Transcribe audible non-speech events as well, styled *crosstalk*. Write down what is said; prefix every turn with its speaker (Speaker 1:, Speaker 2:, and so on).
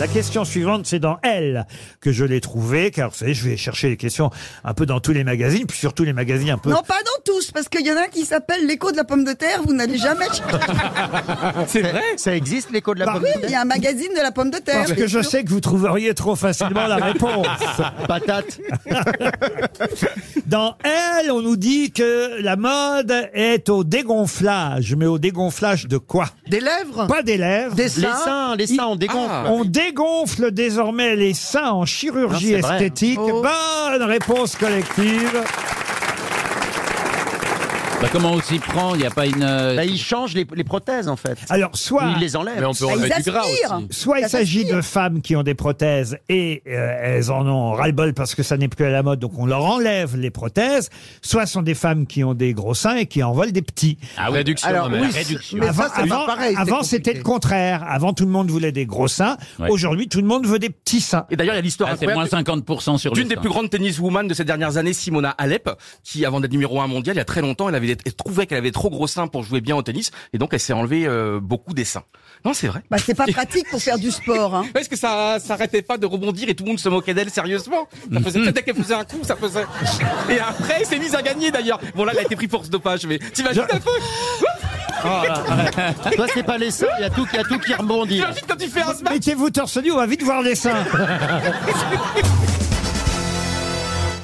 Speaker 1: La question suivante, c'est dans Elle que je l'ai trouvée, car vous savez, je vais chercher les questions un peu dans tous les magazines, puis surtout les magazines un peu...
Speaker 2: Non, pas dans tous, parce qu'il y en a un qui s'appelle l'écho de la pomme de terre, vous n'allez jamais.
Speaker 3: C'est vrai Ça existe l'écho de la
Speaker 2: Bah
Speaker 3: pomme
Speaker 2: oui,
Speaker 3: de
Speaker 2: il
Speaker 3: terre
Speaker 2: y a un magazine de la pomme de terre.
Speaker 1: Parce que je sais que vous trouveriez trop facilement la réponse.
Speaker 2: *laughs*
Speaker 3: Patate
Speaker 1: Dans Elle, on nous dit que la mode est au dégonflage. Mais au dégonflage de quoi
Speaker 2: Des lèvres
Speaker 1: Pas des lèvres.
Speaker 2: Des
Speaker 3: Les
Speaker 2: seins
Speaker 3: seins, les seins, on dégonfle
Speaker 1: On dégonfle désormais les seins en chirurgie
Speaker 3: Non, c'est vrai.
Speaker 1: esthétique.
Speaker 2: Oh.
Speaker 1: Bonne réponse collective.
Speaker 4: Bah, comment on s'y prend Il n'y a pas une. euh,
Speaker 3: Bah, ils changent les, les prothèses en fait.
Speaker 1: Alors, soit...
Speaker 3: Ou ils les enlèvent.
Speaker 5: Mais on peut
Speaker 2: Ah,
Speaker 5: en
Speaker 2: ils
Speaker 5: mettre du gras
Speaker 2: aspirent.
Speaker 5: aussi.
Speaker 1: Soit il
Speaker 2: Ça
Speaker 1: s'agit
Speaker 2: s'aspire.
Speaker 1: de femmes qui ont des prothèses et euh, elles en ont ras-le-bol parce que ça n'est plus à la mode, donc on leur enlève les prothèses. Soit ce sont des femmes qui ont des gros seins et qui en volent des petits.
Speaker 4: Ah oui.
Speaker 5: Réduction.
Speaker 3: Alors,
Speaker 5: non, mais
Speaker 3: oui,
Speaker 5: la réduction.
Speaker 3: mais-
Speaker 1: avant,
Speaker 3: ça, c'est pas
Speaker 1: avant-
Speaker 3: pareil, c'est
Speaker 1: avant, c'était
Speaker 3: compliqué.
Speaker 1: le contraire. Avant, tout le monde voulait des gros seins.
Speaker 4: Ouais.
Speaker 1: Aujourd'hui, tout le monde veut des petits seins.
Speaker 6: Et d'ailleurs, il y a l'histoire
Speaker 4: Ah, c'est
Speaker 6: incroyable
Speaker 4: moins 50% sur le
Speaker 6: d'une des
Speaker 4: sein.
Speaker 6: plus grandes tenniswomen de ces dernières années, Simona Alep, qui avant d'être numéro un mondial, il y a très longtemps, elle, avait, des- elle trouvait qu'elle avait trop gros seins pour jouer bien au tennis, et donc elle s'est enlevée euh, beaucoup des seins. Non, c'est vrai.
Speaker 2: Bah, c'est pas pratique pour faire du sport. Hein.
Speaker 6: Est-ce que ça s'arrêtait pas de rebondir et tout le monde se moquait d'elle sérieusement Ça faisait
Speaker 4: Mm.
Speaker 6: peut-être qu'elle faisait un coup, ça
Speaker 4: *laughs*
Speaker 6: faisait. Et après, elle s'est mise à gagner d'ailleurs. Bon là, elle a été prise pour ce dopage, mais t'imagines
Speaker 1: Je-
Speaker 6: un peu
Speaker 3: Toi, c'est pas les seins, il y, a tout- il y a tout qui rebondit. là.
Speaker 6: T'imagines quand tu fais un smash
Speaker 1: Mettez-vous torse nu, on va vite voir les seins.